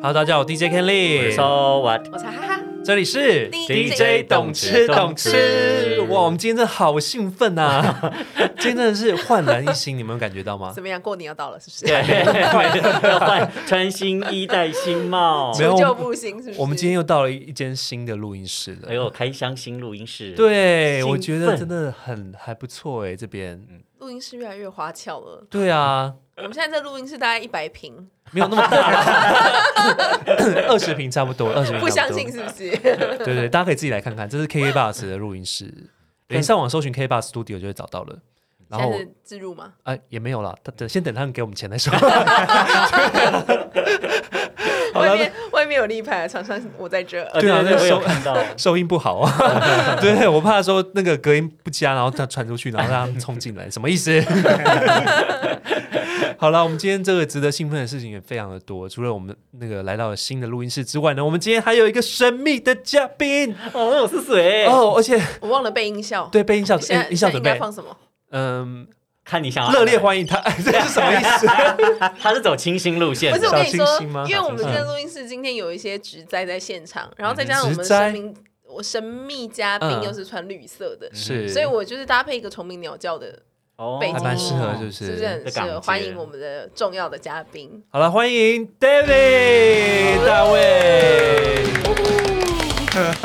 Hello，大家好，我 DJ Kenley， So what？我才哈哈，这里是 DJ 懂吃懂懂吃吃。哇，我们今天真的好兴奋啊！ 今天真的是焕然一新，你们有感觉到吗？怎么样？过年要到了，是不是？快要换穿新衣戴新帽，没有 除旧布新，是不是？我们今天又到了一间新的录音室了。哎呦，开箱新录音室，，对，兴奋我觉得真的很还不错哎，这嗯边。录音室越来越花俏了。对啊，我们现在这录音室大概一百平，没有那么大，二十平差不多，二十平。不相信。是不是？对对，大家可以自己来看看，这是 KK Bus 的录音室，对你上网搜寻 KK Bus Studio 就会找到了。 然现后在是自入吗？啊，也没有啦，他等先等他们给我们钱再说。好外了，面外面有立牌，厂商我在这。呃、对对啊对对，那我时候有看 到，收音不好啊， 对我怕说那个隔音不佳，然后它传出去，然后让他们冲进来，什么意思？ 好了，我们今天这个值得兴奋的事情也非常的多，除了我们那个来到了新的录音室之外呢，我们今天还有一个神秘的嘉宾哦，我是哎谁？哦，而且我忘了备音效。对被音效，现在哎音效现准在应该备，放什么？嗯，看你啊想要热烈欢迎他，哎这是什么意思？他，他是走清新路线不的，是我跟你小清说新吗，因为我们小这清新嗯个录音室今天有一些植栽在现场，然后再嗯加上我们植栽神明，我神秘嘉宾嗯又是穿绿色的， 是，所以我就是搭配一个虫鸣鸟叫的，哦北京还蛮适合，就是不是很这适合？感觉欢迎我们的重要的嘉宾。好了，欢迎 David 大 卫，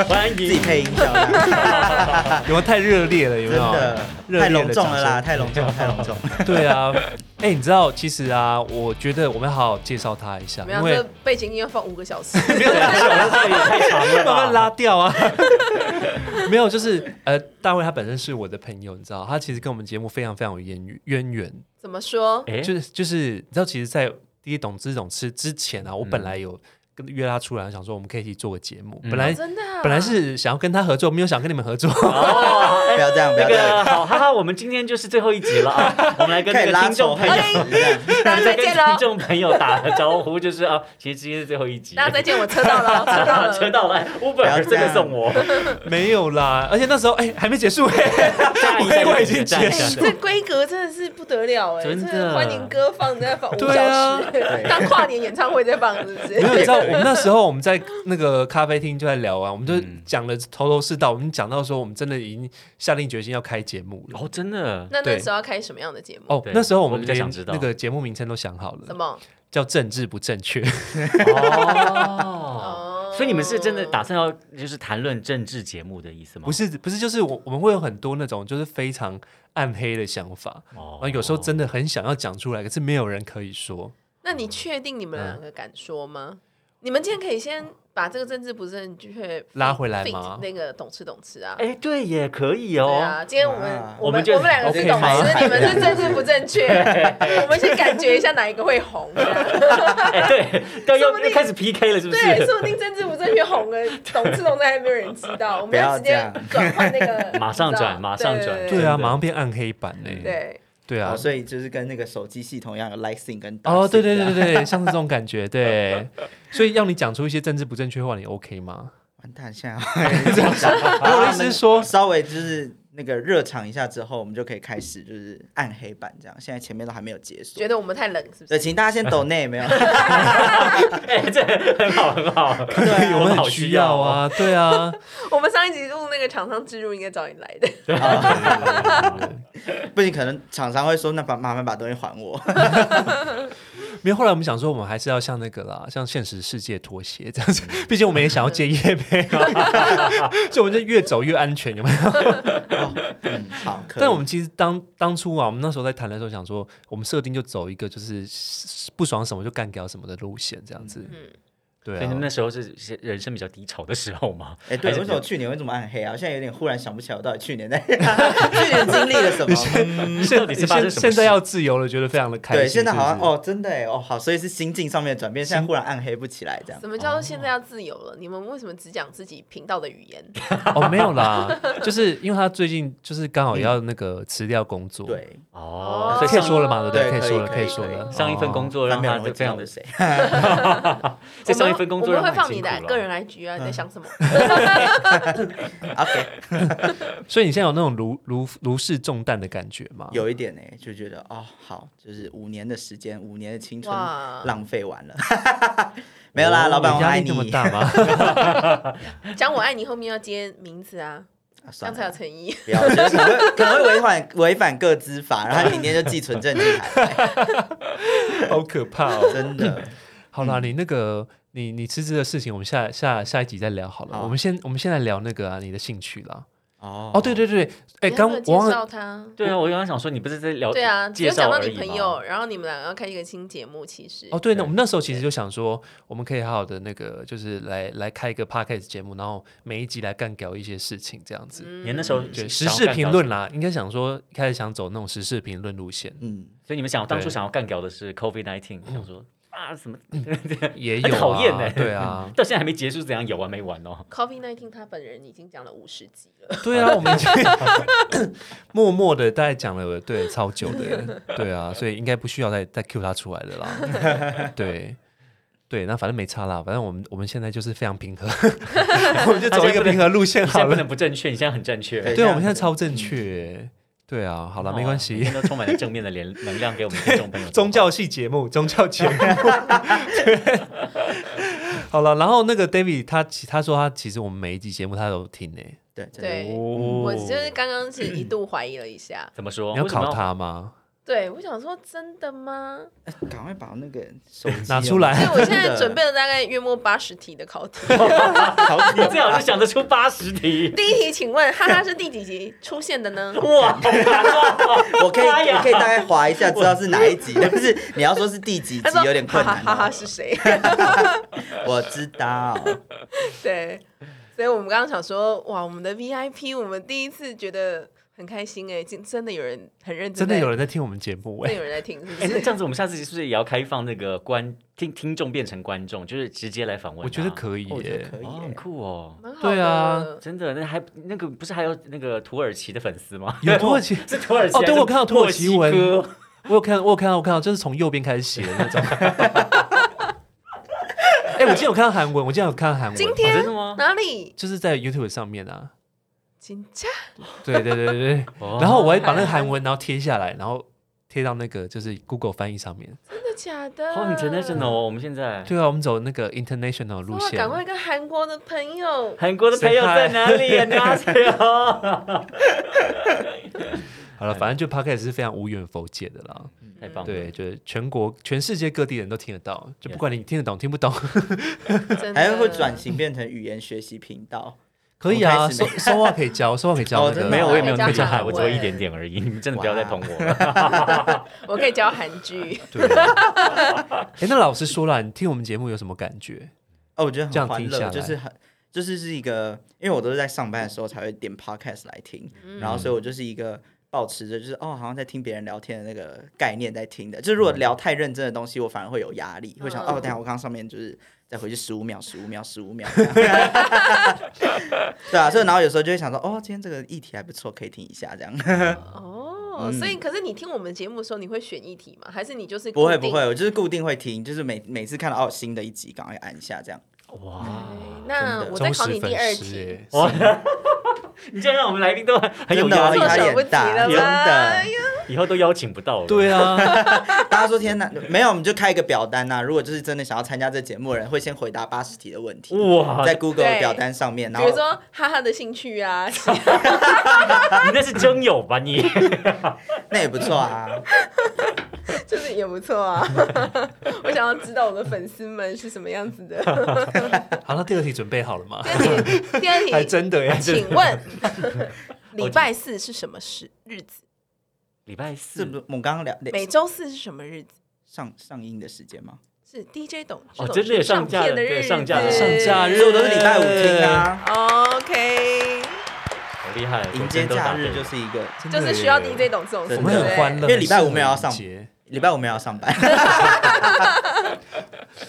欢迎自己配音效啦，有没有太热烈了？有真没有？的哦热烈的太隆重掌了啦，声太隆重了，太隆 重了。对啊，哎、你知道，其实啊，我觉得我们要好好介绍他一下，没因有，为这背景音要放五个小时。 没有人这个也太长了慢吧，慢拉掉啊。 没有，就是呃，大卫他本身是我的朋友，你知道，他其实跟我们节目非常非常有渊渊源，怎么说？哎，就是就是，你知道，其实，在第一懂知懂吃之前啊，我嗯本来有跟约他出来，想说我们可以一起做个节目，嗯本来、真的啊、本来是想要跟他合作，没有想跟你们合作。 哦，啊哎不要这样，不那要这样，个好，哈哈，我们今天就是最后一集 了啊！我们来跟可那以个拉听仇众朋友恨，值这样大家再再跟见听喽，众朋友打个招呼，就是啊，其实今天是最后一集，大家再见，我车 到了，我车到了，车到了，Uber 这个送我，没有啦，而且那时候哎、还没结束、哎，下 一我以站为已经结哎束这规格真的是不得了哎、真的这欢迎歌放在放五小对啊时， 当跨年演唱会在放，是不是？ 没有，你知道我们那时候我们在那个咖啡厅就在聊啊，我们就嗯讲的头头是道，我们讲到说我们真的已经下定决心要开节目了。哦，真的， 那对那时候要开什么样的节目？哦对，那时候我们我比较连想知道那个节目名称都想好什了，么？叫“政治不正确 哦，哦所以你们是真的打算要就是谈论政治节目的意思”，吗？不，是不是，就是我我们会有很多那种就是非常暗黑的想法，然后哦有时候真的很想要讲出来，可是没有人可以说。那你确定你们两个敢说吗？你们今天可以先把这个政治不正确拉回来吗 fit 那个懂吃懂吃啊。哎，对耶，可以对哦，啊，今天我们哇我我们们就我们两个是 OK 懂吗吃，你们是政治不正确。我们先感觉一下哪一个会红，啊这样哎，对，对，说要不定要开始 PK 了，是不对，是？说不定政治不正确红了，懂吃懂吃还没有人知道。我不们要要直这样接转换那 个，马上转你知道马上转对啊，真的马上变暗黑版嘞、对，对啊哦，所以就是跟那个手机系统一样，有 Lightning 跟哦，对对对 Dark Sync 这样，对对，像是这种感觉，对。所以要你讲出一些政治不正确话，你 OK 吗？完蛋，现 在我的意思是说，稍微就是那个热场一下之后，我们就可以开始就是暗黑版这样。现在前面都还没有结束觉，得我们太冷是不对，是？请大家先抖 内没有？哎，这很好，很好，对啊我我们好很需要哦。啊，对啊，我们上一集录那个厂商植入应该找你来的，不行，可能厂商会说，那把麻烦把东西还我。没有。后来我们想说，我们还是要向那个啦，向现实世界妥协这样子。毕竟我们也想要接业配啊，所以我们就越走越安全，有没有？嗯，好，哦可以但我们其实当当初啊，我们那时候在谈的时候，想说我们设定就走一个就是不爽什么就干掉什么的路线，这样子。嗯对所以你啊们，那时候是是人生比较低潮的时候吗？哎，对，还是为比什较么去年为什么暗黑啊？我现在有点忽然想不起来我到底去年在 去年经历 了什么。嗯到底现是发现生什么事哦现在要自由了，觉得非常的开心。对，现在好是像不是 哦，真的哎哦，好，所以是心境上面的转变，现在忽然暗黑不起来哦这样。什么叫做现在要自由了？你们为什么只讲自己频道的语言？哦， 没有啦，就是因为他最近就是刚好要那个辞掉工作，，对，哦，哦所以可以上说了嘛，对不对？对以说了，哦可以以说可以了。上一份工作，作让但没有他人会非知道常我的是谁。在上一份工我作们让会我很放辛你苦的了。个人 IG 啊，你在想什么？ OK，所以你现在有那种如如如释重担的感觉吗？有一点呢、就觉得哦，好，就是五年的时间，五年的青春哇浪费完了， 没有啦，哦老板我压爱力你这。么 大吗？讲我爱你后面要接名字啊，啊这样算才了有诚意。不要，我觉得可能 会可能会违反违反各资法，然后明天就寄存证进来，好可怕 哦！真 的。好嗯啦，你那个你你辞职的事情，我们下下下一集再聊好了。好我们先我们先来聊那个啊，你的兴趣啦。哦哦，对，对对，哎，你还刚没有我忘介了，绍他。对啊，我刚刚想说，你不是在聊对啊，只介有讲绍到而已你吗朋友，然后你们两个要开一个新节目，其实哦，对，那我们那时候其实就想说，我们可以好好的那个，就是来来开一个 podcast 节目，然后每一集来干掉一些事情，这样嗯子。你那时候对，时想要事干评掉论啦，应该想说一开始想走那种时事评论路线，嗯，所以你们想当初对嗯想要干掉的是 COVID nineteen，想说啊什么，也有 很啊讨厌欸呢。，对啊到现在还没结束，怎样有完没完哦？ Coffee Nineteen 他本人已经讲了五十集了，对啊，我们已经 默默的大概讲了对超久的，对啊，所以应该不需要再再 Q 他出来了啦。 对对，那反正没差啦，反正我们我们现在就是非常 平和，我们就走一个平和路线你现好在不了。能不正确，你现在很正确。对对啊，我们现在超正确。对啊，好了，没关每系。天都充满了正面的能能量给我们听众朋友。 宗教系节目，宗教 节目。对好了，然后那个 David 他其他说他其实我们每一集节目他都听呢、欸对真的对哦我就是刚刚是一度怀疑了一下，怎么说？你要哦为什么考他吗？对我想说真的吗？哎赶快把那个手机 拿出来所以我现在准备备了大概约莫八十题的考题。好 你最好是想得出八十题。第一题，请问哈哈是第几集出现的呢？哇，好难哦！我可以，哎呀我可以大概划一下，知道是哪一 集，但是你要说是第几他集说有点困哈难哈哈哈哦。是谁？ 我知 道，对，所以我们刚刚想说，哇，我们的 VIP，我们第一次觉得很开心哎、真真的有人很认真真在，的有人在听我们节目 哎、真的有人在听，是不哎，是？那这样子，我们下次是不是也要开放那个观听听众变成观众，就是直接来访问他？啊我觉得可以我觉得耶、可以哦，很耶。酷哦。蛮好的对啊真的，那还那个不是还有那个土耳其的粉丝吗？有土耳其 是土耳其哦对还是我看到土耳其文墨西哥 我有看，我有看到，我看到，就是从右边开始写的那种。 哎、我今天有看到韩文，我今天有看到韩文，今哦天真的吗？哪里？就是在 YouTube 上面啊。金家对对对对对，哦然后我还把那个韩文然后贴下来，然后贴到那个就是 Google 翻译上面。真的假的？好 international 哦，我们现在对啊，我们走那个 international 路哇线。哦赶快跟韩国的朋 友，韩国的朋友在哪里啊呀？哪里好了，反正就 Podcast 是非常无缘佛界的啦。太棒了！对，就是全国、全世界各地人都听得到，就不管你听得懂听不懂，真的还会转型变成语言学习频道，可以啊。我开始说没说话可以教，说话可以教那哦个。真的没有，我也没有那么可以厉教害，韩我文只会一点点而已。你们真的不要再捧我了。我可以教韩剧，对、啊。 哎、那老师说了，你听我们节目有什么感觉？哦，我觉得这样很听欢下乐，来就是很。就是是一个，因为我都是在上班的时候才会点 podcast 来听，嗯然后所以我就是一个保持着就是哦，好像在听别人聊天的那个概念在听的。就是如果聊太认真的东西，我反而会有压力，会想嗯哦，等一下我刚刚上面就是再回去十五秒、十五秒、十五秒， 对啊，所以然后有时候就会想说，哦，今天这个议题还不错，可以听一下这样。 哦，所以可是你听我们节目的时候，你会选议题吗？还是你就是不会固定哎不会，？我就是固定会听，就是每每次看到哦新的一集，赶快按一下这样。哇！那真的嗯我再忠考实你粉第二丝题，耶哦哇！你这样让我们来宾都很有真的压力啊哦，措压力手不很及了大，真吧的。以后都邀请不到了。对 啊，大家说天哪，没有，我们就开一个表单呐、啊如果就是真的想要参加这节目的人，会先回答八十题的问题，哇！在你 Google 对表单上面，然比后如说哈哈的兴趣 啊，那是真有吧你？那也不错嗯啊。就是也不错啊。 我想要知道我的粉丝们是什么样子 的。好，那第二题准备好了吗第？二题，第二还题，真的呀，真请的问 礼拜四是什么时日子？礼拜是四不是我们刚刚聊每周四是什么日子？上上映的时间吗？是 DJ 董哦董真的也上架了片的对日子，上架了上架日所以我都是礼拜五听啊， OK，好厉害，啊迎接假日就是是一个，真的就耶是需要 DJ 董这种事，我真的们对很不对欢乐，因为礼拜五没有要上很节礼拜五没有要上班，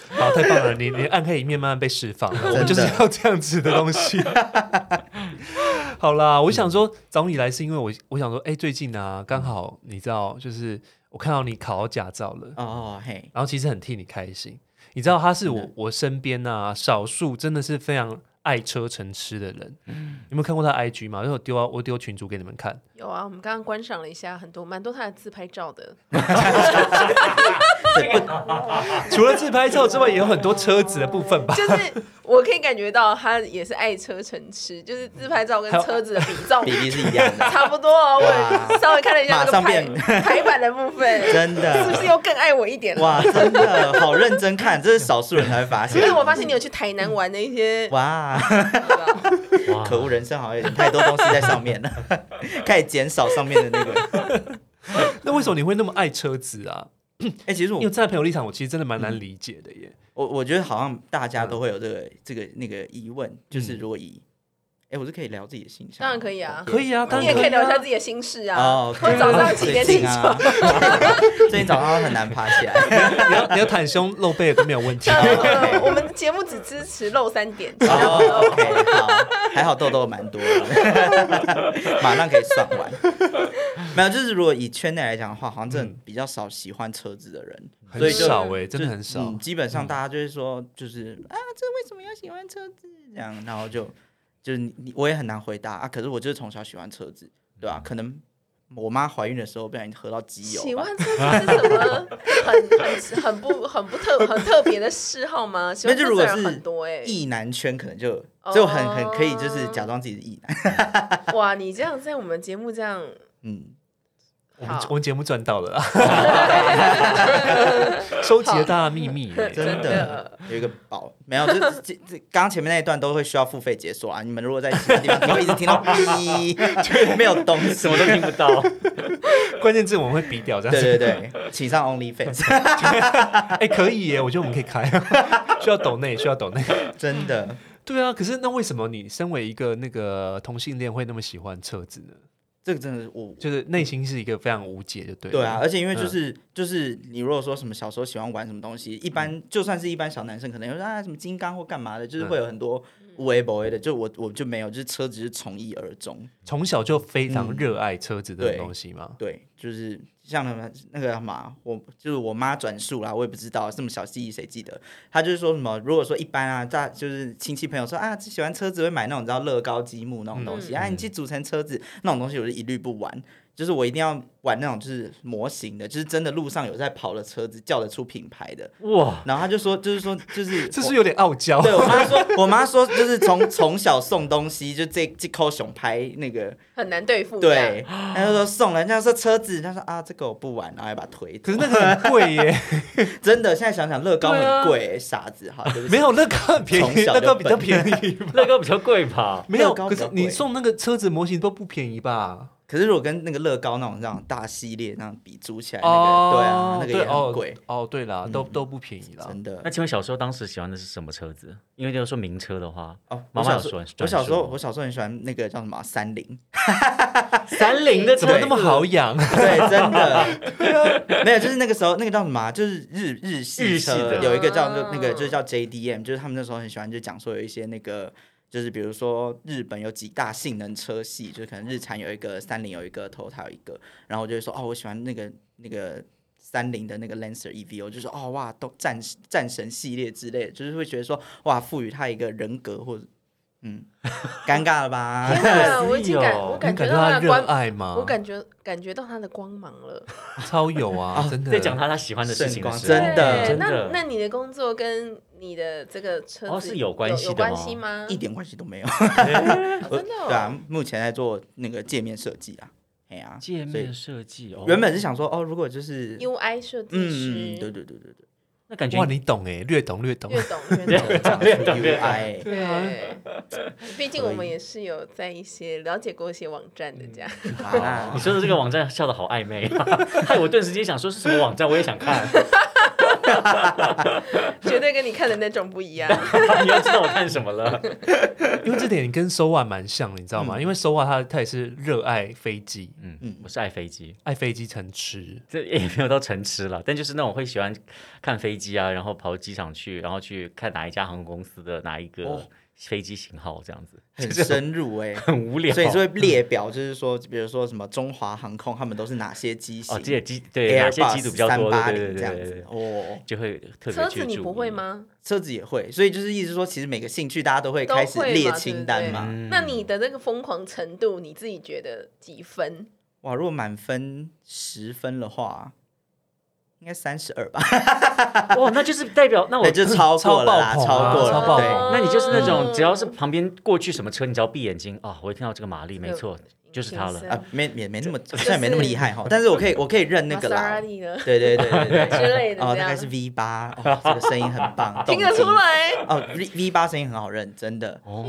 好，太棒了！你你暗黑一面慢慢被释放了，我们就真的是要这样子的东 西。好啦，我想说找你来是因为我我想说，哎、最近啊，刚好你知道，就是我看到你考到驾照了， 哦嘿，然后其实很替你开心，你知道他是我我身边啊少数真的是非常爱车成痴的人。你们看过他 IG 吗？然后丢啊，我丢群主给你们看。有啊，我们刚刚观赏了一下，很多蛮多他的自拍照的，除了自拍照之外，也有很多车子的部分 吧。就是我可以感觉到他也是爱车成痴，就是自拍照跟车子的比重比例是一样 的，差不多哦。我哇稍微看了一下那个马上排变排版的部分，是真不是的。又更爱我一点了？哇，真的好认真看，这是少数人才会发其 现实。我发现你有去台南玩的一些，哇，哇可恶，人生好像有点太多东西在上面了， 开始减少上面的那个。那为什么你会那么爱车子啊？哎，其实我因为站在朋友立场，我其实真的蛮难理解的耶。我我觉得好像大家都会有这个这个那个疑问，就是如果以，哎，我是可以聊自己的形象吗，当然可以啊可以啊，当你也然可以聊一啊下自己的心事啊。哦，我早上几点起床？啊 最近早上很难爬起来。 你要你要袒胸露背都没有问题。呃我们节目只支持露三点， 哦，OK，好，还好痘痘蛮多的，马上可以算完。没有，就是如果以圈内来讲的话，好像真的比较少喜欢车子的人，所很以就少哎、真的很少。嗯，基本上大家就会说，就是、啊，这为什么要喜欢车子？这样，然后就就是你你我也很难回答啊。可是我就是从小喜欢车子，对吧、可能我妈怀孕的时候不小心喝到机喜油吧。欢车子是什么？很很很不很不特很特别的嗜好吗？喜那欢就车如子果的人是很多哎、异男圈，可能就哦就很很可以，就是假装自己是异男。哇，你这样在我们节目这样， 嗯，我们好我们节目赚到了 啦，收集了大家的秘密耶、真真的的 有一个宝，没有，这这这刚刚前面那一段都会需要付费解锁啊。你们如果在其他地方听，会一直听到哔， 没有东西，什么都听不 到，关键字我们会比掉这样对子。对对，请上 OnlyFans， 哎、可以耶、我觉得我们可以 开，需要抖内，需要抖内。真的。对啊，可是那为什么你身为一个那个同性恋会那么喜欢车子呢？这个真的是我就是内心是一个非常无解，就对。对啊，，而且因为就是、就是你如果说什么小时候喜欢玩什么东西，一般、就算是一般小男生，可能有说啊什么金刚或干嘛的，就是会有很多无为不为的。就我我就没有，就是车只是从一而终。从小就非常热爱车子这种东西嘛。嗯对，就是像他们那个嘛，我就是我妈转述啦，我也不知道这么小记忆谁记得。她就是说什么，如果说一般啊，大就是亲戚朋友说啊，喜欢车子会买那种你知道乐高积木那种东西，啊，嗯你去组成车子那种东西，我就一律不玩。就是我一定要玩那种就是模型的，就是真的路上有在跑的车子，叫得出品牌的。哇，然后她就说，就是说，就是 这我是有点傲娇。对我妈说，我妈说就是从从小送东西，就这这口熊拍那个很难对付。对，，他就说送人家说车子，他说啊这个我不玩，然后还把它推可走。是那个很贵耶、 真的，现在想想乐高对啊很贵、傻子哈，对不 起没有乐高很便宜，从小乐就高比较笨便宜 吧。乐高比较贵吧？没有，乐可高比较是你贵送那个车子模型都不便宜吧？可是如果跟那个乐高那种那种大系列那样比，租起来那个，对啊哦，，那个也很贵，嗯哦。哦，对啦，都都不便宜啦。真的那。请问小时候当时喜欢的是什么车子？因为就是说名车的话，哦，妈妈我小有时候转我小时候我转述小时候很喜欢那个叫什么啊三菱，三菱的怎么对那么好养？对，真 的，没有，就是那个时候那个叫什么啊，就是日日系日系车的有一个叫啊做那个就是叫 JDM，就是他们那时候很喜欢就讲说有一些那个。就是比如说，日本有几大性能车系，就是可能日产有一个，三菱有一个，Toyota 有一个，然后我就会说，哦，我喜欢那个那个三菱的那个 Lancer EV，我就说，哦哇，都战战神系列之类的，就是会觉得说，哇，赋予它一个人格或者，嗯，尴尬 了吧？天哪，我已经感哦我你感感觉觉到他他的热光，爱啊吗？我感觉感觉到他的光芒了。超有啊，真的。在讲他他喜欢的事情圣光时候真的对真那的那你的工作跟你的这个车子哦是有关系的有吗关系吗？一点关系都没有。哦真的哦对啊，目前在做那个界面设计啊，哎呀、界所面以设计，哦原本是想说哦，如果就是，UI 设计嗯，师，对对对对对，那感觉哇，你懂哎，略懂略懂越。懂越懂。 对对对 UI 对啊，毕竟我们也是有在一些了解过一些网站的这样。啊你，说的这个网站笑的好暧昧，啊害我顿时间想说是什么网站，我也想看。 绝对跟你看的那种不一样。 你要知道我看什么了。因为这点跟 SOA 蛮像，你知道嗯吗？因为 SOA 他他也是热爱飞机，嗯，我是爱飞机，爱飞机成痴。这也没有到成痴了，但就是那种会喜欢看飞机啊，然后跑机场去，然后去看哪一家航空公司的哪一个哦飞机型号这样子，很深入哎、很无聊。所以就会列表，就是说，比如说什么中华航空，他们都是哪些机型？哦，这些机对哪些机组比较多？三八对对零对这样对对子，哦，就会特别车去子你注不会意？吗？车子也会，所以就是意思说，其实每个兴趣大家都会都嗯开始会列嘛清单嘛。对不对嗯那你的那个疯狂程度，你自己觉得几分？哇，如果满分十分的话，应该三十二吧，哇，哦那就是代表那我那哎就超过了啦，超爆棚啊超过超了，爆对。棚那你就是那种嗯只要是旁边过去什么车，你只要闭眼睛啊、我一听到这个马力，没错， 就是它挺了深。啊，没也没那么，好像也没那么厉害哈，但是我可以，我可以认那个啦， Maserati 呢对对对对对，之类的哦，这大样概，是 V 八，哦，这个声音很 棒，听得动听出来。 哦，V V 八声音很好认，真的，哦，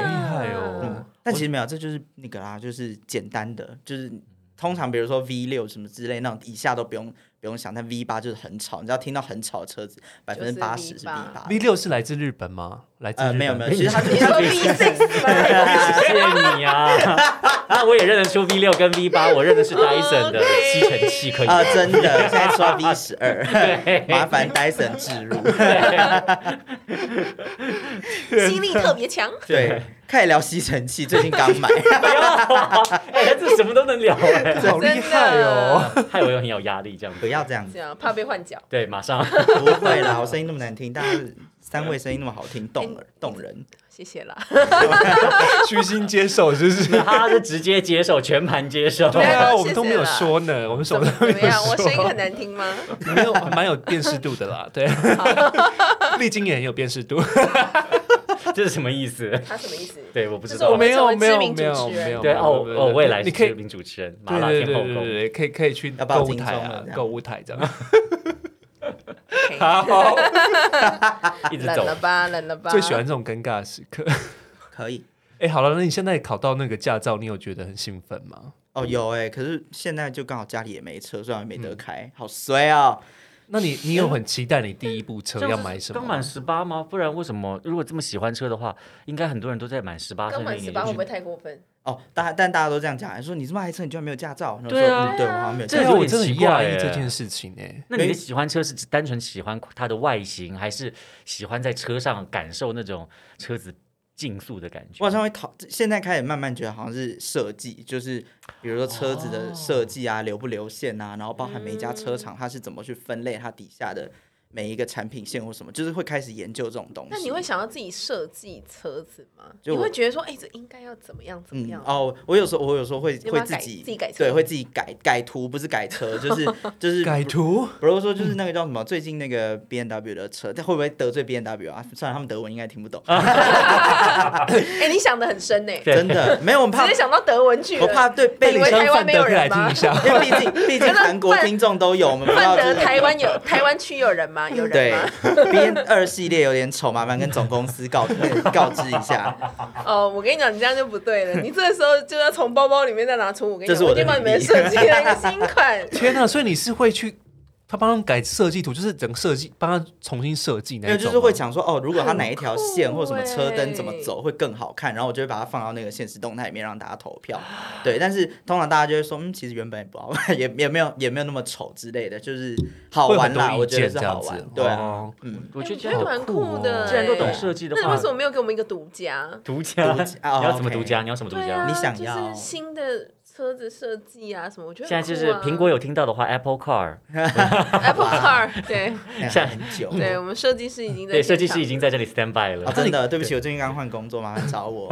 厉嗯害哦！但其实没有，这就是那个啦，就是简单的，就是通常比如说 V 六什么之类那种，以下都不用不用想，但 V 八就是很吵，你知道听到很吵的车子，百分之八十是 V 八 V 六是来自日本吗？来自呃日没有本 哎没有，其实它你说 B six 吗？谢谢你啊！ 那我也认得出 V 六跟 V 八，我认的哦是 Dyson 的 OK 吸尘器，可以吗啊、真的，现在说到 V 十二， 对麻烦 Dyson 置入，吸力特别强， 对，开始聊吸尘器，最近刚 买，哎呦哎，这什么都能聊哎，好厉害哦！害我有很有压力这样 不子。要这样 这子，样怕被换 脚。对，马上不会啦，我声音那么难听，但是三位声音那么好听，动 耳动人，谢谢啦，虚心接受，是不 是？他是直接接受，全盘接受。对啊啊，谢谢我们都没有说呢，我们什怎么么都怎没么有样？我说，声音 很难听吗？没有蛮有辨识度的啦，对， 丽晶也很有辨识度，这是什么意思？他什么意思？对，我不知这是我道 们。没有成没为知有名没有主持人没有，对，哦没有没有哦，未来你是可以知名主持人，麻对辣对天对后对对宫。对，可以可以去要不要购物金台钟啊了这，样购物台这样。OK 好，啊一直冷走了。吧，冷了吧。最喜欢这种尴尬的时刻。 可以。哎，好了，那你现在考到那个驾照，你有觉得很兴奋吗？哦，有哎、可是现在就刚好家里也没车，所以还没得开，嗯好衰哦。那你你有很期待你第一部车要买什么刚吗？满十八吗？不然为什么？如果这么喜欢车的话，应该很多人都在满十八岁刚那满一十年八会就不会太过分？哦，大但大家都这样讲，说你这么爱车，你居然没有驾照。然后对啊说嗯对我好像没有驾对这啊，有照。我点真的很奇怪讶异欸这件事情哎。那你的喜欢车是只单纯喜欢它的外形，还是喜欢在车上感受那种车子竞速的感觉？我好像会讨，现在开始慢慢觉得好像是设计，就是比如说车子的设计哦啊，流不流线啊，然后包含每一家车嗯厂它是怎么去分类它底下的每一个产品线或什么，就是会开始研究这种东西。那你会想要自己设计车子吗？就你我会觉得说，哎，这应该要怎么样怎么嗯样？哦，我有时候我有时候会要不会要自改己自己改车对，会自己改改图，不是改车，就是 就是改图比如说，就是那个叫什么，最近那个 B N W 的车，但会不会得罪 B N W 啊？虽然他们德文应该听不懂，哎，你想的很深呢，对真的没有， 我们怕直接，想到德文去我怕了。对被以因为为台湾没有可以来人听吗一？下。。毕竟 毕竟韩国听众都有，我们不知道范就是德台湾有台湾区有人 吗？有人对吗？ B N 二系列有点丑，麻烦跟总公司告 告知一下。哦，我跟你讲，你这样就不对了。你这个时候就要从包包里面再拿出，我跟你这是讲，我我已的经帮你们履历设计了一个新 款天呐！所以你是会去他帮他们改设计图，就是整个设计帮他重新设计那没一有，种吗，就是会讲说哦，如果它哪一条线很酷或什么车灯欸怎么走会更好看，然后我就会把它放到那个现实动态里面让大家投票。对，但是通常大家就会说，嗯，其实原本也不好， 也也没有也没有那么丑之类的，就是好会有很玩多啦，我意觉得见这是好样玩子。，对啊。哦 嗯，我觉得这哎样我觉得蛮酷的好酷哦哎，既然都懂设计的那你为话什，么没有给我们一个独家？独家独家哦你要怎么 OK 独 家？你要什么独对家啊，你？想要就是新的车子设计啊什么，我觉得现在很酷啊就是苹果有听到的话，Apple Car， Apple Car，对那还很久。 对，我们设计师已经在对，设计现场师已经在这里 stand by 啊，了。真的，对不起，我最近刚换工作，麻烦找 我。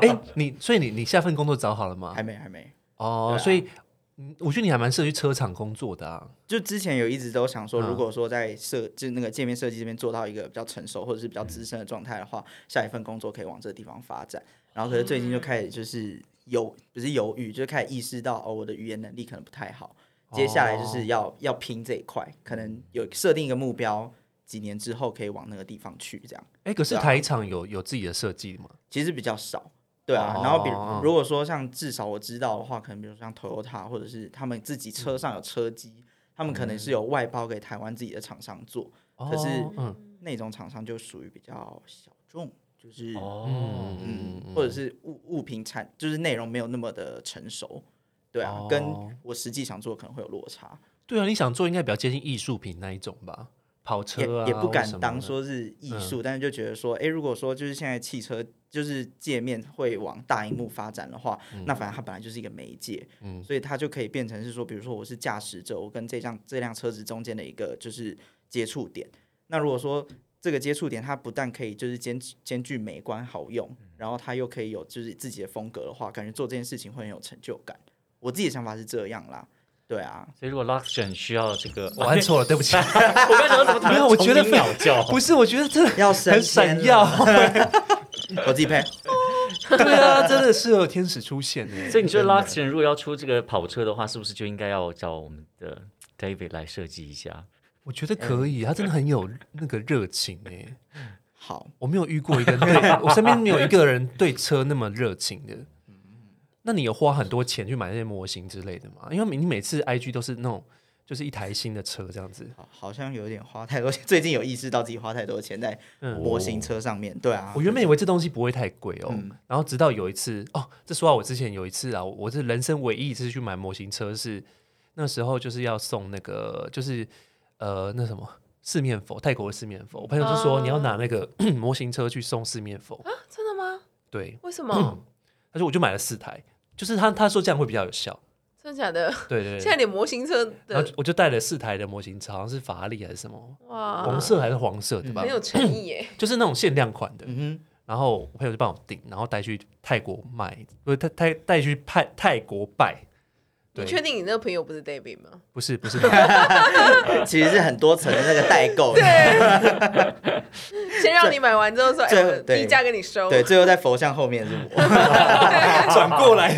哎，你所以你你下份工作找好了吗还？没，还没。哦对，啊所以嗯我觉得你还蛮适合去车厂工作的啊。就之前有一直都想说，嗯如果说在设就那个界面设计这边做到一个比较成熟或者是比较资深的状态的话，下一份工作可以往这个地方发展。然后可是最近就开始就是犹不是犹豫，就是开始意识到哦，我的语言能力可能不太好。接下来就是要、要拼这一块，可能有设定一个目标，几年之后可以往那个地方去这样。哎，可是对啊台厂有有自己的设计吗？其实比较少。对啊，哦然后比如如果说像至少我知道的话，可能比如像 Toyota 或者是他们自己车上有车机，他们可能是有嗯外包给台湾自己的厂商做，可是哦嗯那种厂商就属于比较小众，就是、哦，嗯，或者是物物品产就是内容没有那么的成熟，对啊，哦跟我实际想做可能会有落差。对啊，你想做应该比较接近艺术品那一种吧？跑也车啊，也或不什敢么嗯当的说是艺术，但是就觉得说，哎、如果说就是现在汽车就是界面会往大荧幕发展的话，那反正它本来就是一个媒介，嗯所以它就可以变成是说，比如说我是驾驶者，我跟这辆这辆车子中间的一个就是接触点。那如果说这个接触点，它不但可以就是兼兼具美观好用，嗯然后它又可以有就是自己的风格的话，感觉做这件事情会很有成就感。我自己的想法是这样啦，对啊，所以如果 Luxion 需要这个，我按错了，对不 起。我刚想到怎么突然没有我觉得丛林鸟叫，不是，我觉得这要很升闪天耀了，， 我自己配。对啊，真的是有天使出现哎。所以你觉得 Luxion 如果要出这个跑车的话，是不是就应该要找我们的 David 来设计一下？我觉得可以，他真的很有那个热情哎。好，我没有遇过一个对我身边没有一个人对车那么热情的。那你有花很多钱去买那些模型之类的吗？因为你每次 IG 都是那种就是一台新的车这样子。好好像有点花太多钱，最近有意识到自己花太多钱在嗯模型车上面。对啊，我原本以为这东西不会太贵哦，嗯然后直到有一次哦，这说到我之前有一次啊，我是人生唯一一次去买模型车是那时候就是要送那个就是呃那什么四面佛，泰国的四面佛，我朋友就说哦你要拿那个 模型车去送四面佛，啊真的吗？对，为什嗯么？他说我就买了四台，就是他他说这样会比较有效，真的假的？对对现在对，连模型车然的后我就带了四台的模型车，好像是法拉利还是什么。哇红，色还是黄色的吧啊嗯很，有诚意耶。就是那种限量款的，嗯然后我朋友就帮我订，然后带去泰国卖，不是带带带去泰泰国拜。你对，确定你那个朋友不是 David 吗？不是 不是那个，哼，其实是很多层的那个代 购，先让你买完之后说，哎，最我对低价跟你收。对，最后在佛像后面是我，转过来，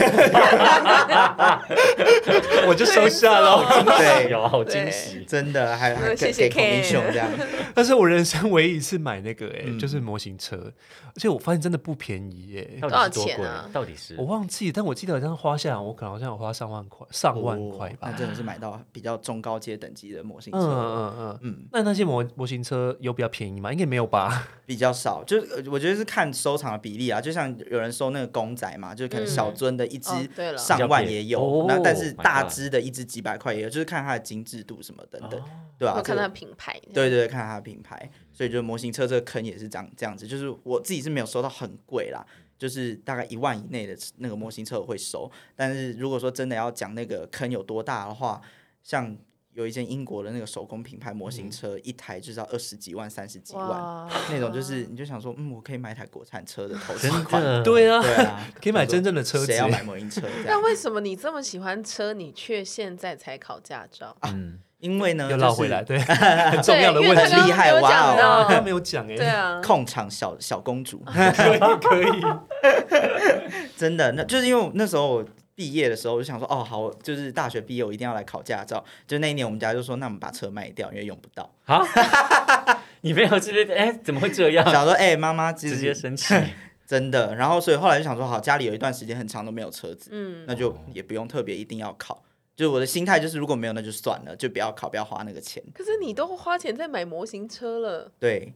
我就收下了。对，有啊好惊喜！真的还还嗯谢给谢给孔明 Ken 兄这样，但是我人生唯一一次买那个、欸，哎、嗯就是模型车，而且我发现真的不便宜、欸，到哎，底是多多少钱贵啊？到底是我忘记，但我记得好像花下来，我可能好像有花上万块，上万块吧哦那。真的是买到比较中高阶等级的模型嗯车，嗯嗯嗯嗯，那那些模模型车有比较便宜吗？应该没有 吧？比较少，就是呃我觉得是看收藏的比例啊，就像有人收那个公仔嘛，就可能小尊的一只哦对了上万也比较便有，宜那但哦是 my 大 god 只的一只几百块也有，就是看它的精致度什么等哦等，对啊， 我看这他个品牌。对对，看它的品牌，所以就模型车这个坑也是长这样子，就是我自己是没有收到很贵啦，就是大概一万以内的那个模型车我会收，但是如果说真的要讲那个坑有多大的话，像有一间英国的那个手工品牌模型车，一台就是要二十几万、三十几万。哇，那种就是，你就想说，嗯，我可以买一台国产车的投资真款，的对啊，对啊，可以买想说真正的 车子谁要买模型车？ 这那样，为什么你这么喜欢车，你却现在才考驾照？啊嗯，因为呢，又就绕是回来，对， 很重要的对因问为题他。刚刚很厉害没有哇讲哦啊，他到没有讲哎、对 啊，控场小小公主， 可以可以，真的，那就是因为我那时候我毕业的时候，我就想说，哦，好，就是大学毕业我一定要来考驾照。就那一年，我们家就说，那我们把车卖掉，因为用不到。好，你没有这边哎，怎么会这样？想说，哎、妈妈，其直接实生 气，真的。然后，所以后来就想说，好，家里有一段时间很长都没有车子，嗯，那就也不用特别一定要考。就我的心态就是，如果没有那就算了，就不要考，不要花那个钱。可是你都花钱在买模型车了，对，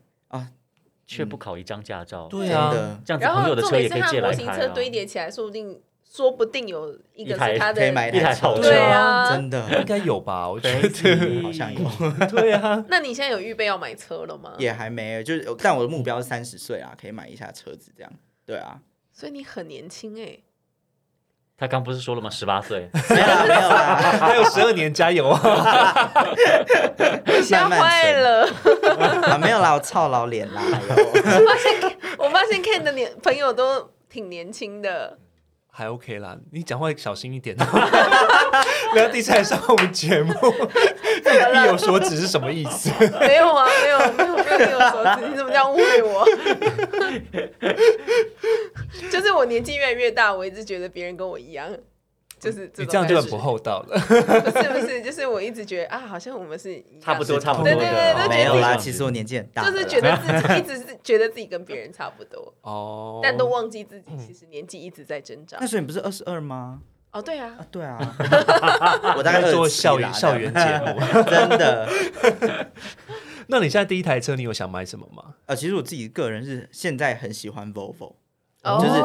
却不考一张驾照，对真啊的。这样子然朋后友的重车点也是可以他借模来型开车啊。 堆叠起来，说不定说不定有一个一台是他的可以买一台台跑车，车啊哦对啊真应的该有吧？我觉 Fancy 得好像有， 对啊，那你现在有预备要买车了吗？ 也还没有，就是但我的目标是三十岁啊，可以买一下车子这样。对啊，所以你很年轻哎、他刚不是说了吗？十八岁，没有啦，没有啦。还有十二年加油 啊！吓慢慢坏存了！ 啊，没有啦，我操老脸啦！哎呦我发现 Ken 的年朋友都挺年 轻的，还 OK 啦，你讲话小心一点， 不要第三来上我们节目，意有所指是什么意思？没有啊，没有，没有，没有听我说你怎么这样误 会我？就是我年纪越来越大，我一直觉得别人跟我一样，就是你 这种这样就感很觉不厚道了。不是不是，就是我一直觉得啊，好像我们是一样差不多，的差不多对对对的，对没有啦，哦其实我年纪很大了就啦，是觉得自己一直是觉得自己跟别人差不多，哦，但都忘记自己其实年纪一直在增长那。时候你不是二十二吗？哦，对啊啊，， 对啊，我大概在做27校啦啊园校园，节目。 真的。那你现在第一台车，你有想买什么吗？呃，其实我自己个人是现在很喜欢 Volvo，哦就是很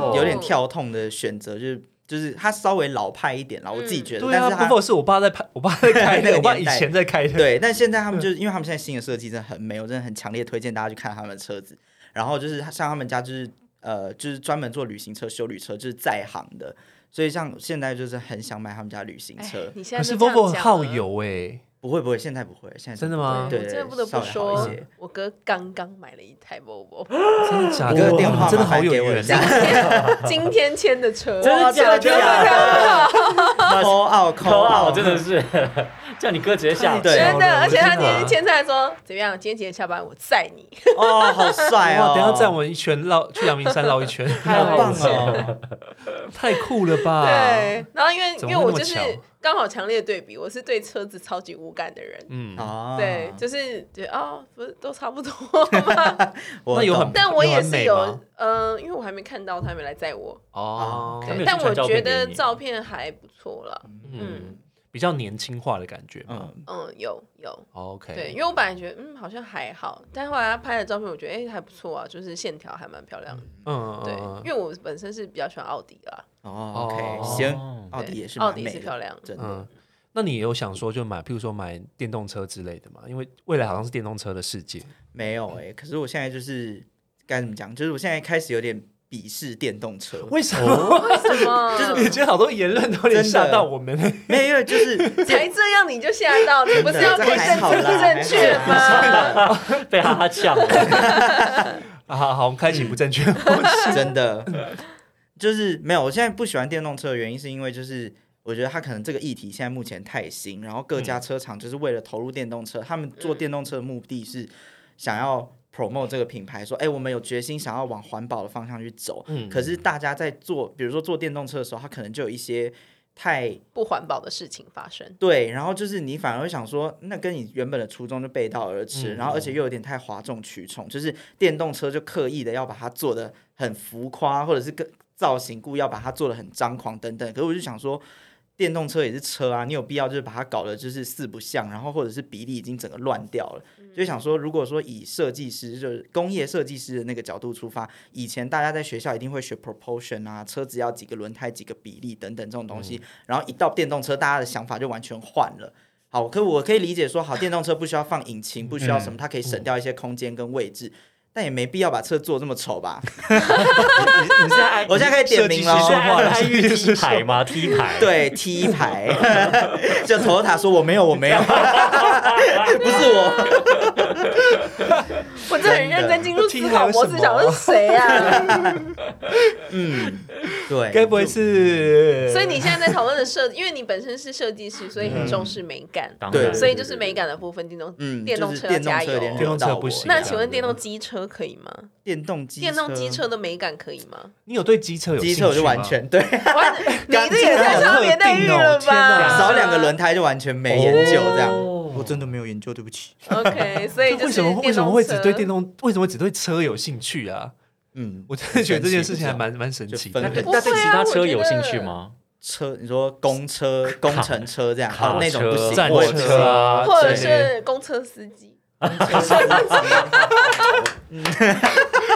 哦有点跳痛的选择，就是就是它稍微老派一点啦，我自己觉得。对但啊是它 p u 是我爸在拍，我爸在 开的，那个我爸年以代前在开的。对，但现在嗯他们就是因为他们现在新的设计真的很美，我真的很强烈推荐大家去看他们的车子。然后就是像他们家就是呃就是专门做旅行车、修理车，就是在行的，所以像现在就是很想买他们家旅行车哎，。你现可在是就 v 这 o 样 v o 讲耗了油哎，不会不会，现在不会，现在真的不会吗我对，真的不得不稍微好一说些，我哥刚刚买了一台 Volvo，真的假我的？的电话哇真的麻烦好有给我一缘下啊。今天签的车，真的假真的的？抠 奥抠头啊，奥，我真的是 叫你哥直接下对真真的的，而且他真今天的签下来说怎么样？今天几点下班？我载你。哦，好帅哦！哇，等一下载我们一圈绕去阳明山绕一 圈，好棒好棒哦！ 太酷了吧？对，然后因为啊怎因么会为我那么就是巧刚好强烈对比，我是对车子超级无感的人。嗯，啊，对，就是觉得哦，不是都差不多吗？我那有懂很但我有也很是美有吗，嗯、因为我还没看到他没来载我，哦啊他没有但去传我照觉片得给你照片还不错了。嗯，比较年轻化的感觉嘛。嗯，嗯，有有， OK，对，因为我本来觉得嗯好像还好，但后来他拍的照片，我觉得哎、还不错啊，就是线条还蛮漂亮的。嗯，对，嗯因为我本身是比较喜欢奥迪啊啦，哦哦，OK，行，奥迪对也是奥蛮迪美是漂的，亮，真的嗯，那你有想说就买，譬如说买电动车之类的嘛？因为未来好像是电动车的世界。没有哎。可是我现在就是该怎么讲？就是我现在开始有点鄙视电 动车，为什么？为什么？哦你觉得好多言论都有点真的吓到我们。没有，因为就是才这样你就吓到，你不是要这对还政好治啦不正确还吗？好啦被哈哈呛 了。 啊，好好，我们开启不正确。 真的，就是没有。我现在不喜欢电动车的原因，是因为就是我觉得它可能这个议题现在目前太新，然后各家车厂就是为了投入电动车，他们做电动车的目的是想要 promote 这个品牌，说哎、我们有决心想要往环保的方向去走。嗯可是大家在做，比如说做电动车的时候，它可能就有一些太不环保的事情发生，对，然后就是你反而会想说，那跟你原本的初衷就背道而驰，然后而且又有点太哗众取宠，就是电动车就刻意的要把它做的很浮夸，或者是更造型故意要把它做的很张狂等等。可是我就想说，电动车也是车啊，你有必要就是把它搞得就是四不像，然后或者是比例已经整个乱掉了。就想说，如果说以设计师就是工业设计师的那个角度出发，以前大家在学校一定会学 proportion 啊，车子要几个轮胎、几个比例等等这种东西，然后一到电动车，大家的想法就完全换了。好，可我可以理解说，好，电动车不需要放引擎，不需要什么，它可以省掉一些空间跟位置，但也没必要把车做这么丑 吧？你是在爱我现在可以点名了你是在哦。爱爱玉 T 牌吗？T 牌，对 T 牌， 就头塔说我没有，我 没有，不是我。我真的很认真进入思考听还有模式，什么想说是谁啊？嗯，对，该不会是？所以你现在在讨论的设，因为你本身是设计师，所以很重视美感，当对然所以就是美感的部分，电动嗯，电动就是车要电动加车有点电油。动惹到车我不行那请问电动机车可以吗？电动机电动机车的美感可以吗？你有对机车有机兴趣车吗我就完全对， 哇，你这也太伤别待遇了 天哪吧？少两个轮胎就完全没研究这样。哦我真的没有研究，对不起。 OK，所以就是为什么为什么会只对电动动？为什么只对车有兴趣啊？嗯，我真的觉得这件事情还蛮蛮神就奇分的。那类对不那对会其啊他我车觉有得兴趣吗？车，你说公车、工程车这样，卡好那种不车行，战我也不车行啊，车，或者之类的是公车司机？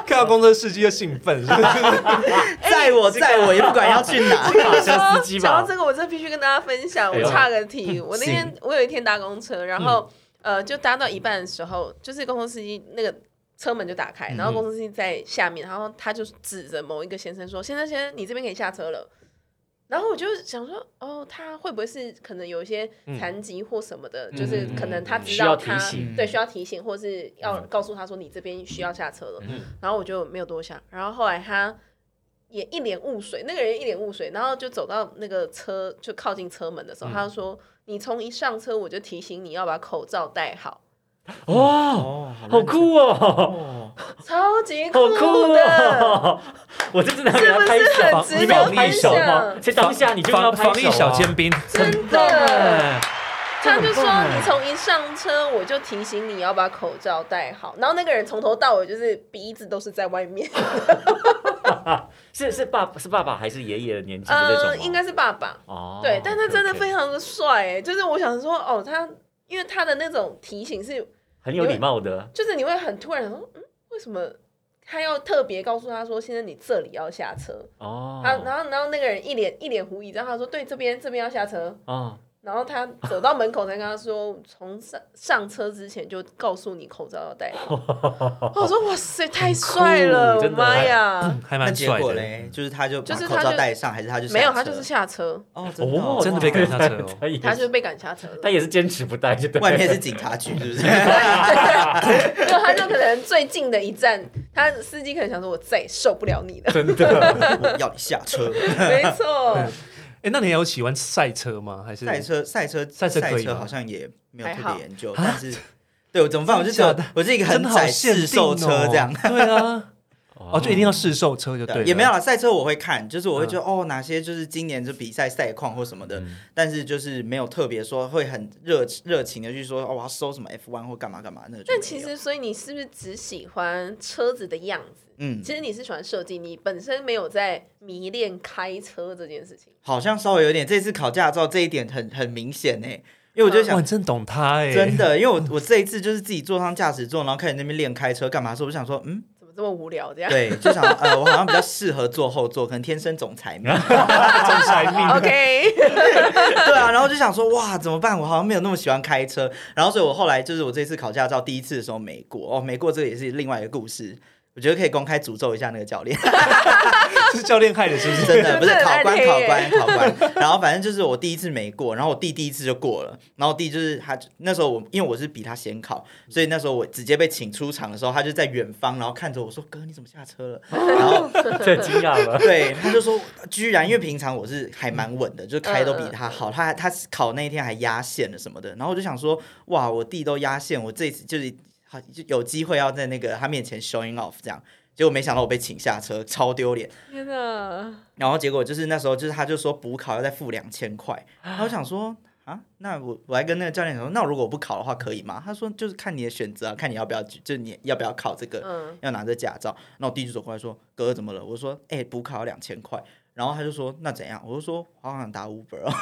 看到公车司机就兴奋，是不是哎载我载我也不管要去 哪。卡车司机讲吧到这，个，我真的必须跟大家分享，哎我呦嗯岔 个题。我那天行我有一天搭公车，然后、呃，就搭到一半的时候，就是公车司机那个。车门就打开，嗯然后公车司机在下面，然后他就指着某一个先生说：“先生，先生，你这边可以下车了。”然后我就想说：“哦，他会不会是可能有一些嗯残疾或什么的？就是可能他知需要道提他醒对需要提醒，或是要告诉他说你这边需要下车了。嗯然后我就没有多想。然后后来他也一脸雾水，那个人一脸雾水，然后就走到那个车就靠近车门的时候，他就嗯说：“你从一上车我就提醒你要把口罩戴 好，哇，哦，好酷哦，哦！超级好酷酷的。哦！ 我这真的要给他拍是不是手很值，得你没有拍手吗分？享在当下你就防要拍手啊防疫小尖兵，真棒的，哎他就很说棒哎你从一上车我就提醒你要把口罩戴好，然后那个人从头到尾就是鼻子都是在外面，是是爸是爸爸还哦是爷爷的年纪的那种吗嗯，应该是爸爸，哦，对，但他真的非 OK，OK 常的帅，哎，就是我想说，哦，他因为他的那种提醒是很有礼貌的，就是你会很突然想说，嗯，为什么他要特别告诉他说，现在你这里要下车。哦，他然后然啊后那个人一脸一脸狐疑，然后他说对，这边这边要下车。哦，然后他走到门口才跟他说，从上上车之前就告诉你口罩要戴好。我说哇塞，太帅了，我真的妈呀！嗯还那蛮结帅果的，嘞，就是他就把就是口他罩就戴上，还是他就没有，下他车就是下车，哦，真的哦哦，真的被赶下车哦 他也他是就被赶下车了。他也是坚持不带，就对了。外面是警察局，是不是？没有，他就可能最近的一站，他司机可能想说，我再也受不了你了。真的，我要你下车。 没错，哎，那你还有喜欢赛车吗？还是赛车，赛车，赛车可赛以吗啊车好像也没有还特好别研究，但是对我怎么办？我就只真有的假我是一个很真的好窄限试售定车哦这样。对啊， 哦，哦就一定 要试售车就对嗯了，也没有了，啊赛车我会看，就是我会觉得、哦，哪些就是今年就比赛赛况或什么的，嗯但是就是没有特别说会很热热情的去说哦，我要收什么 F one 或干嘛干嘛那个就没有。但其实，所以你是不是只喜欢车子的样子？嗯，其实你是喜欢设计，你本身没有在迷恋开车这件事情。好像稍微有点这次考驾照这一点很很明显呢、因为我就哇，想。你真懂他哎，真的，因为我我这一次就是自己坐上驾驶座，然后开始那边练开车干嘛的时候，我就想说，嗯，怎么这么无聊？这样对，就想呃，我好像比较适合坐后座，可能天生总裁命。总裁命 OK，对啊，然后就想说哇，怎么办？我好像没有那么喜欢开车。然后，所以我后来就是我这次考驾照第一次的时候没过哦，没过这个也是另外一个故事。我觉得可以公开诅咒一下那个教练， 是教练害的，是不是？真的不是真的考很官，黑考耶官，考官。然后反正就是我第一次没过，然后我弟第一次就过了，然后我弟就是他那时候我因为我是比他先考，所以那时候我直接被请出场的时候，他就在远方，然后看着我说：“哥，你怎么下车了？”然后太惊讶了。 对，他就说，居然因为平常我是还蛮稳的，就开都比他好，他他考那一天还压线了什么的，然后我就想说，哇，我弟都压线，我这次就是好就有机会要在那个他面前 showing off 这样，结果没想到我被请下车，超丢脸。天哪！然后结果就是那时候就是他就说补考要再付两千块，然后我想说。啊，那我我还跟那个教练说，那如果我不考的话可以吗？他说就是看你的选择啊，看你要不要，就你要不要考这个。嗯，要拿着驾照。那我弟就走过来说：“哥，怎么了？”我说：“哎、补考两千块。”然后他就说：“那怎样？”我就说：“我好想打 Uber 哦。”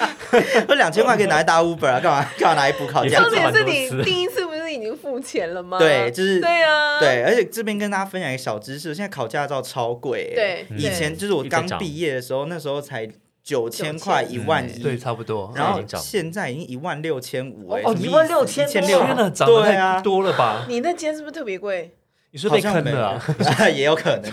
我两千块可以拿来打 Uber 啊，干嘛干嘛拿来补考驾重点照？是这样子蛮多你次第一次不是已经付钱了吗？对就是对啊，对，而且这边跟大家分享一个小知识，现在考驾照超贵、欸。对，嗯以前就是我一直刚涨毕业的时候，那时候才九千块，一嗯万对一。对，差不多。然后已经涨了现在已经一万六千五哎，哦什么意思16,000 16,000多天哪，涨得对啊太多了吧？你那间是不是特别贵？你是好被像坑没了啊？有 也有可能。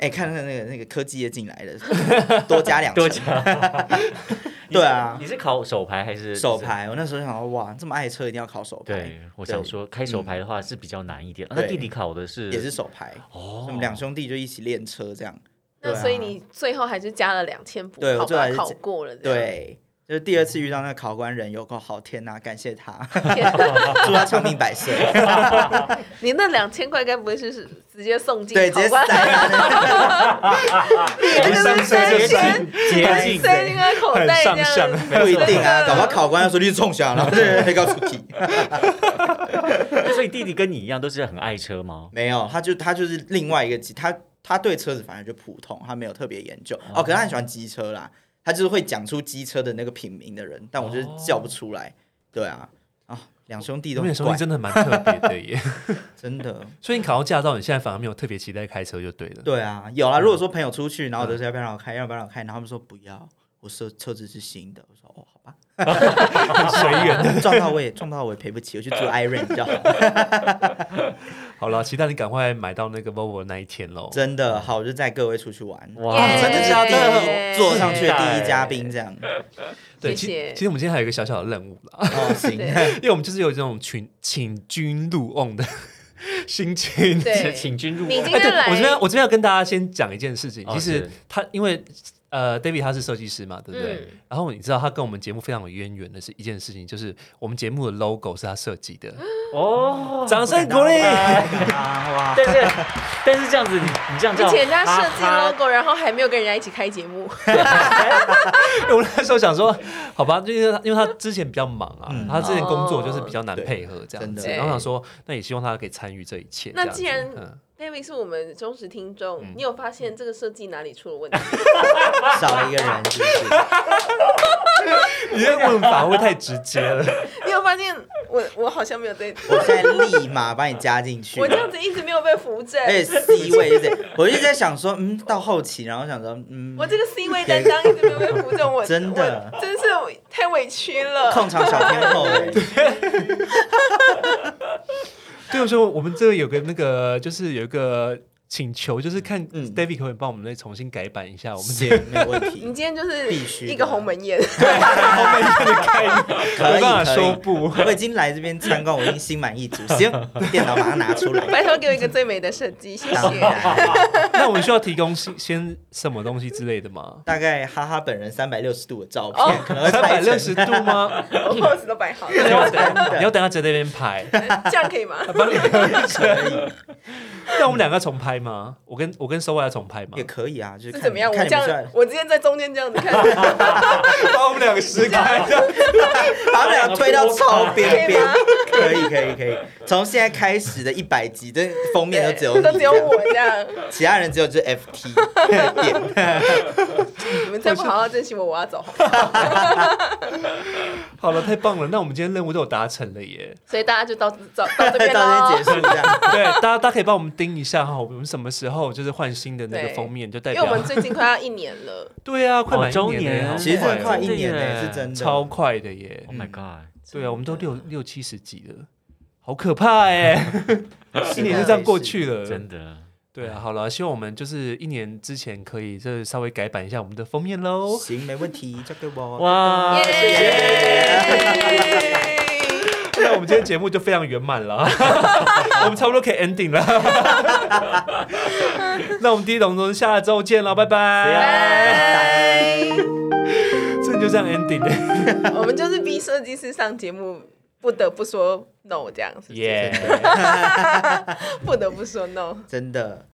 哎、看那个那个科技业进来了，多加两多成。加， 对啊你是考手牌还是手？牌，我那时候想说，哇，这么爱车一定要考手牌，，对，我想说开手牌的话是比较难一点。啊那对弟弟考的是也是手牌，哦我，们两兄弟就一起练车这样。那对啊所以你最后还是加了两千补对考，我最后把还它是考过了。，对，就是第二次遇到那个考官人有够好，天呐，感谢他， 天哪祝他长命百岁。你那两千块该不会是直接送进对，直考接官？塞他那那个上是升塞就是进捷对径塞进他口很袋这上样相子，不一定啊，真的搞不好考官要说你是冲 想，然后对对告诉你，那所以弟弟跟你一样都是很爱车吗？没有，他就他就是另外一个机，他他对车子反正就普通，他没有特别研究哦，可是他很喜欢机车啦，他就是会讲出机车的那个品名的人，但我就是叫不出来。对啊，啊，两兄弟你都们很的兄弟怪，真的蛮特别的 耶。真的。所以你考到驾照，你现在反而没有特别期待开车就对了。对啊，有啦。如果说朋友出去，然后我就说要不要让我开，要不要让我开，然后他们说不要，我车车子是新的。我说哦，好吧，随缘。 撞到我也撞到我也赔不起，我去住 Iron 比较好。好了，期待你赶快买到那个 Volvo 的那一天喽。真的好，我就带各位出去玩。哇啊真的是要第耶一坐上去的第一嘉宾这样。对，其谢谢其实我们今天还有一个小小的任务啦， 哦，行，对因为我们就是有这种群请君入瓮的心情。是对，请君入你瓮 今哎，对天来，我这边我这边要跟大家先讲一件事情，哦其实是他因为呃，David 他是设计师嘛，对不对嗯？然后你知道他跟我们节目非常有渊源的是一件事情，就是我们节目的 logo 是他设计嗯的，哦。 掌声鼓励。啊哇，但是但是这样子，你你这样叫而且人家设计哈哈 logo，然后还没有跟人家一起开节目，我那时候想说，好吧，因为他因为他之前比较忙啊，嗯他之前工作就是比较难配合这样真子，的然后想说，那也希望他可以参与这一切。那这样子既然嗯 David 是我们忠实听众，你有发现这个设计哪里出了问题？ 少了一个人是不是？你的问法会太直接了，你有发现我我好像没有这，我现在立马把你加进去。我这样子一直没有被扶正而。且 C 位就是，我一直在想说，嗯，到后期，然后想说，嗯，我这个 C 位担当一直没有被扶正，我真的我真是太委屈了。控场小天后、欸， 对，我说我们这个有个那个，就是有一个请求，就是看嗯 David 可不可以帮我们再重新改版一下我们这行，没有问 你题，今天就必须是的一个鸿门宴，可没以办法可收以。 布。我已经来这边参观，我已经心满意足。行， 电脑把它拿出来。拜托给我一个最美的设计，谢啊当谢。然，那我们需要提供先先什么东西之类的吗？大概哈哈本人三百六十度的照哦片，可能会三拍百成六十度吗？我 pose 都摆好你了，要等你要等下在那边拍，这样可以吗？帮你 那我们两个重拍吗？我跟我跟 s o 要重拍吗也？可以啊，就是是看怎么样？我看这你们出来样，，我之前在中间这样子看，把我们两个撕开。把他们俩推到超 边边可以吗，可以可以可以。从现在开始的一百集，这封面都只有对你都只有这样我这样。其他人只有就是 FT 点。你们再不好好珍惜我，我要走。好了，太棒了！那我们今天任务都有达成了耶。所以大家就到到到这边到这喽边 结。束这样。对，大家大家可以帮我们盯一下哈，我们什么时候就是换新的那个对封面，就代因为表我们最近快要一年了，对啊，快哦满一周年了年好其实快真哦的快一年呢、真的耶是真的。超快的耶！ Oh my god！对啊，我们都六六七十集了，好可怕 哎！一年就这样过去了，真的，对啊，好了，希望我们就是一年之前可以就是稍微改版一下我们的封面喽。行，没问题，交给我。哇，耶！谢谢。那我们今天节目就非常圆满了，我们差不多可以 ending 了。 那我们第一桶中下周见了，拜拜。拜。这就这样 ending 的，我们就是逼设计师上节目，不得不说 no 这样 子，耶、不得不说 no。真的，